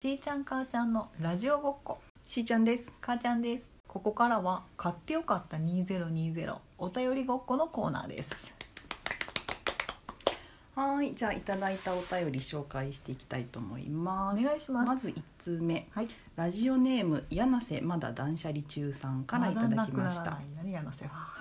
ちーちゃん母ちゃんのラジオごっこしーちゃんです母ちゃんですここからは買ってよかった2020お便りごっこのコーナーですはーいじゃあいただいたお便り紹介していきたいと思いますお願いしますまず一通目はいラジオネーム柳瀬まだ断捨離中さんからいただきました何がな せは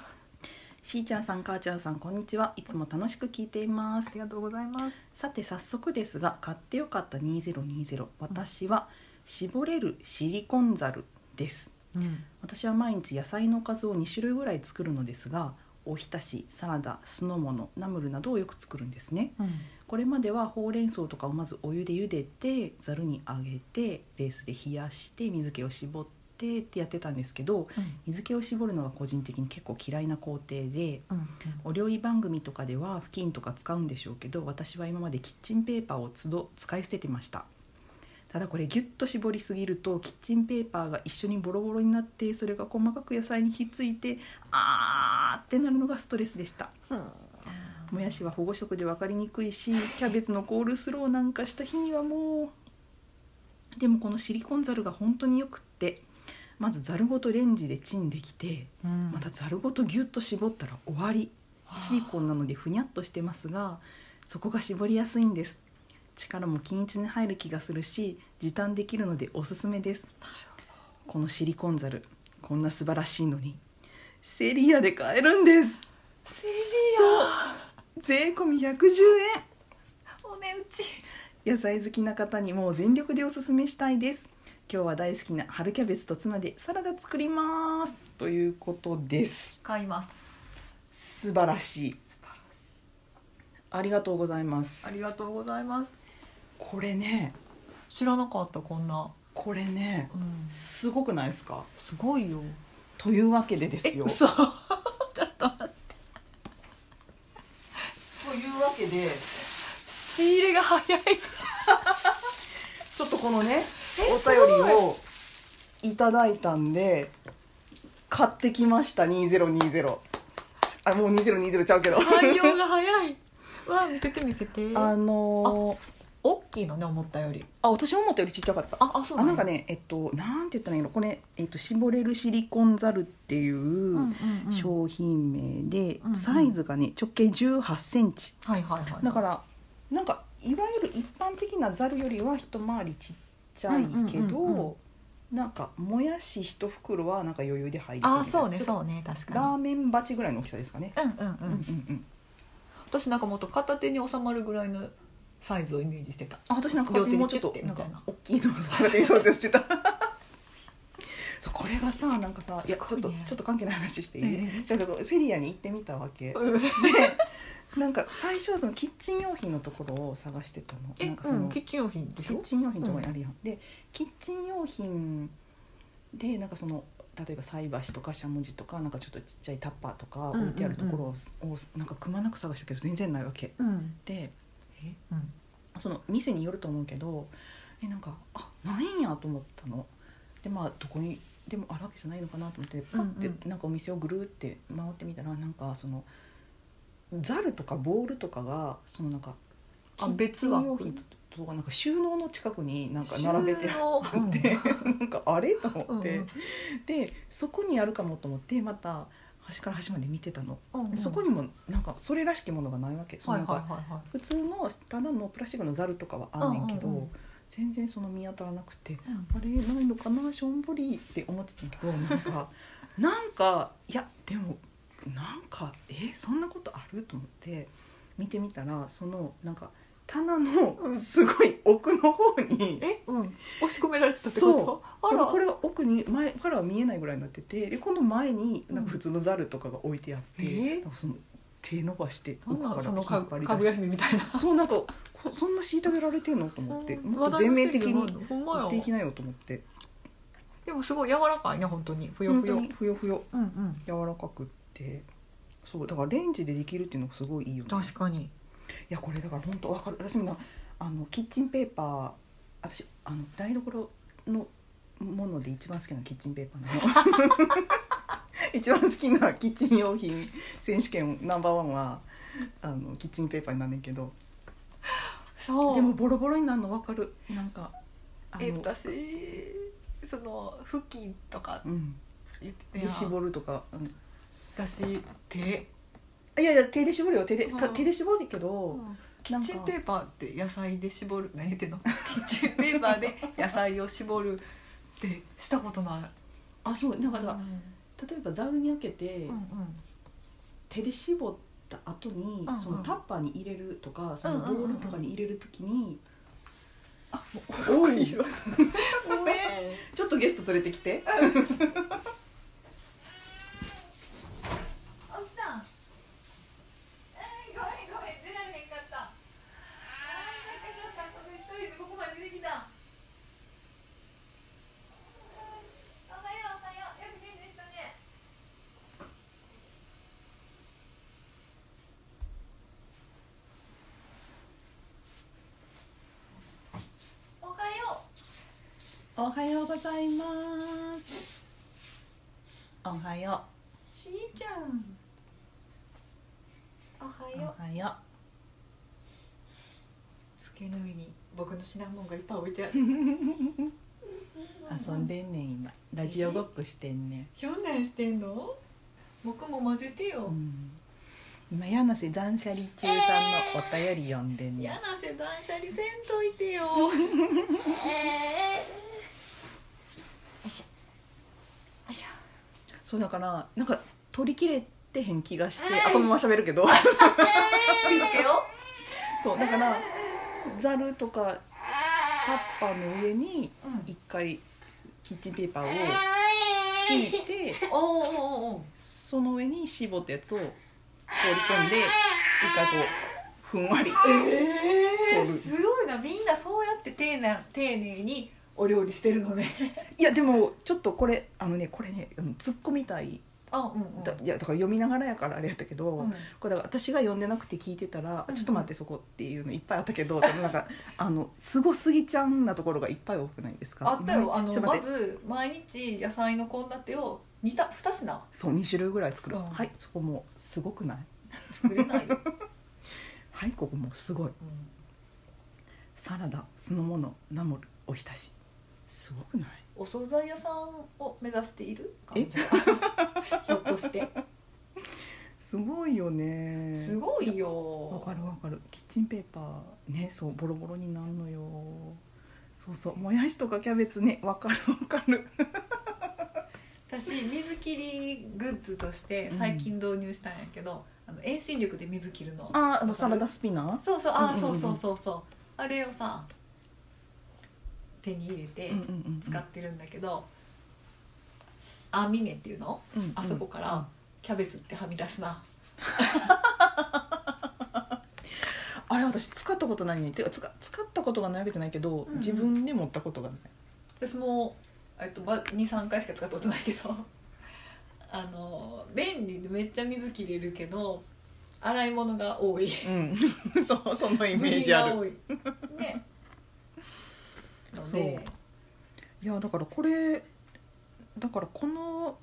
しーちゃんさん母ちゃんさんこんにちはいつも楽しく聞いていまあすりがとうございますさて早速ですが買ってよかった2020私は絞れるシリコンザルですうん私は毎日野菜のおかずを2種類ぐらい作るのですがおひたしサラダ酢の物ナムルなどをよく作るんですねうんこれまではほうれん草とかをまずお湯で茹でてざるにあげてレースで冷やして水気を絞ってってやってたんですけど水気を絞るのが個人的に結構嫌いな工程でうんお料理番組とかでは布巾とか使うんでしょうけど私は今までキッチンペーパーを都度使い捨ててましたただこれギュッと絞りすぎるとキッチンペーパーが一緒にボロボロになってそれが細かく野菜にひっついてあーってなるのがストレスでしたもやしは保護色で分かりにくいしキャベツのコールスローなんかした日にはもうでもこのシリコンザルが本当によくってまずザルごとレンジでチンできてうんまたザルごとギュッと絞ったら終わりシリコンなのでふにゃっとしてますがそこが絞りやすいんです力も均一に入る気がするし時短できるのでおすすめですこのシリコンザルこんな素晴らしいのにセリアで買えるんですセリ税込み110円アお値打ち野菜好きな方にもう全力でおすすめしたいです今日は大好きな春キャベツとツナでサラダ作りますということです買います素晴らしい素晴らしありがとうございますいありがとうございますこれね知らなかったこんなこれねうんすごくないですかすごいよというわけでですよ嘘ちょっと待ってというわけで仕入れが 早いちょっとこのねえお便りをいただいたんで買ってきました2020あもう2020ちゃうけど対応が早いわあ見せて見せて あのー大きいのね思ったよりあ私思ったよりちっちゃかったああそうあだなんかねえっとなんて言ったらいいのこれ、えっと、絞れるシリコンザルっていうんうんううん商品名で、うんうんサイズがね直径1 8センチはいはいはいだからなんかいわゆる一般的なザルよりは一回りちっちゃいけど、うんうんうんなんかもやし一袋はなんか余裕で入りあそうねちょっそうね確とラーかメン鉢ぐらいの大きさですかね、にうんうんううんんうんうん、私なんかもっと片手に収まるぐらいのサイズをイメージして たあ私なんか勝手にもうちょっ両と手にな切ってみたんかいな大きいのを探して想像してたそうこれがさなんかさいやちすょっごといねちょっと関係ない話していい、ええちょっとセリアに行ってみたわけなんか最初はそのキッチン用品のところを探してたのえなんかその、うんキッチン用品でしキッょチン用品とかにあるやん、でキッチン用品でなんかその例えば菜箸とかしゃもじとかなんかちょっとちっちゃいタッパーとか置いてあるところを,、なんかくまなく探したけど全然ないわけうんでえうんその店によると思うけどえなんかあないんやと思ったのでまあどこにでもあるわけじゃないのかなと思ってパッうんてなんかお店をぐるーって回ってみたらなんかそのザルとかボールとかがそのなんかあキッチン別枠用品とかなんか収納の近くになんか並べて収納あって、 なんかあれとう思んって、でそこにあるかもと思ってまた端から端まで見てたの、うんうんそこにもなんかそれらしきものがないわけそのはいなはんいかはいはい普通のただのプラスチックのザルとかはあんねんけど、うんうんうん全然その見当たらなくてうんあれないのかなしょんぼりって思ってたんだけ どなんかなんかいやでもなんかえそんなことあると思って見てみたらそのなんか棚うのんすごい奥の方に、えうん押し込められてたってことあなんらかこれが奥に前からは見えないぐらいになっててでこの前になんか普通のザルとかが置いてあって、うんえーなんかその手伸ばしてなん奥なかんらその引っ張かりか出ぐしてや姫みたいな そうなんかこそんな虐げられてんのと思ってうんもっと全面的に話題のせいじゃないのほんまや持っていきなよと思ってでもすごい柔らかいね本当にふよ本ふ当よにふよふようんうん柔らかくってそうだからレンジでできるっていうのがすごいいいよね確かにいやこれだから本当わかる私もなあのキッチンペーパー私あの台所のもので一番好きなのキッチンペーパーなの 一番好きなキッチン用品選手権ナンバーワンはあのキッチンペーパーになんねんけどそうでもボロボロになるのわかるなんかあえの私その布巾とかうん言ってたでやん絞るとか、うん私手、いやいや手で絞るよ手で、たうん手で絞るけど、キッチンペーパーって野菜で絞る何言ってんのキッチンペーパーで野菜を絞るってしたことないあそうなんかだからうん例えばざるに開けて、うんうん手で絞った後に、うんうんそのタッパーに入れるとかそのうんうんうんボうウんルとかに入れるときに、おごいめんちょっとゲスト連れてきておっさんえーごめんごめん出られへんかったあーなんかちょっと遊び一人でここまで出てきたおはようおはようよく元気でしたねおはようおはようございますおはよしーちゃんおはうようはよ机の上に僕のシナモンがいっぱい置い てあるう遊んでんねん今ラジオごっこしてんねん、そんなんしてんの僕も混ぜてよ、うん、今柳瀬断捨離中さんのお便り読んでんねん、やなせ断捨離せんといてよ えー、よいしそうだからなんか取り切れてへん気がして、あこのまま喋るけど ょ見つけよそうだからざるとかタッパーの上にうん一回キッチンペーパーを敷いておうおうおうおうその上に絞ったやつを放り込んで一回こうふんわりえ取るー、すごいなみんなそうやって丁寧丁寧にお料理してるのねいやでもちょっとこれあのねこれねうん突っ込みたいあうんうんだいやだから読みながらやからあれやったけど、うんこれだから私が読んでなくて聞いてたら「うんちょっと待ってそこ」っていうのいっぱいあったけどでもな んかあのすごすぎちゃんなところがいっぱい多くないですかあったよ毎あのちょっとま待ってず毎日野菜の献立を煮た2品そう2種類ぐらい作る、うんはいそこもすごくない作れない よ、はいここもすごいうんサラダ酢の物ナムルおひたしすごくないお惣菜屋さんを目指しているえ感じ ひょっとしてすごいよねすごいわよかるわかるキッチンペーパーねそうボロボロになるのよそうそうもやしとかキャベツねわかるわか る私水切りグッズとしてうん最近導入したんやけど、あの遠心力で水切るのあーあのわかサるラダスピナーそうそうあー、うんうんうんそうそうそうそうあれをさ手に入れてうんうんうん使ってるんだけど、網目っていうのうんうんあそこからキャベツってはみ出すな、あれ私使ったことないねてか使使ったことがないわけじゃないけど、うんうん自分で持ったことがない私も、えっと、23回しか使ったことないけど あの便利でめっちゃ水切れるけど洗い物が多いうん そうそのイメージある部品が多い ねそうのでいやだからこれだからこの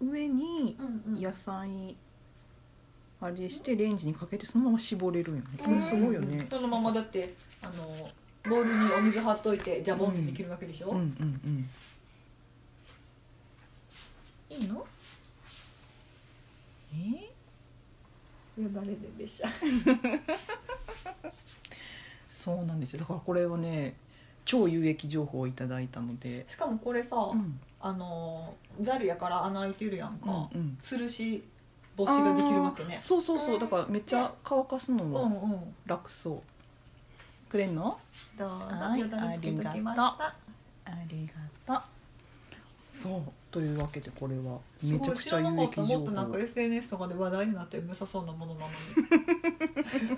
上にうんうん野菜あれしてレンジにかけてそのまま絞れるんよね、すごいよねそのままだってあのボウルにお水張っといてジャボンってできるわけでしょ、うんうんうんいいのえ呼ばれるでしょそうなんですよだからこれはね超有益情報をいただいたので しかもこれさ、うんあのザルやから穴開いてるやんか、うんうん吊るし帽子ができるわけあねーそうそうそうだからめっちゃ乾かすのうんうもん楽そうくれんのどうぞはいよだれつけときましたありがとうそうというわけでこれはすめちごゃいく知ちゃらな有かっ益たも情っとなん報か SNS とかで話題になって良さそうなものなのに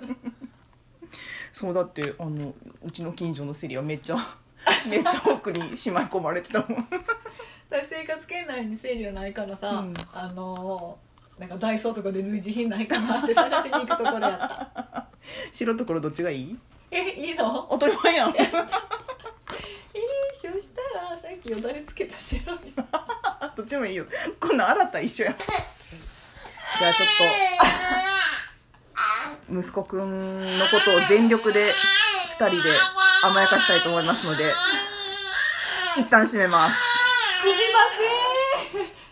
そうだってあのうちの近所のセリはめっちゃめっちゃ奥にしまい込まれてたもん 私生活圏内に生理がないからさ、うんあのなんかダイソーとかで類似品ないかなって探しに行くところやった 白ところどっちがいいえいいの当たり前やんえー、そしたらさっきよだれつけた白にしたどっちもいいよこんなん洗ったら一緒やんじゃあちょっと息子くんのことを全力で2人で甘やかしたいと思いますので Ah! 一旦閉めますすみません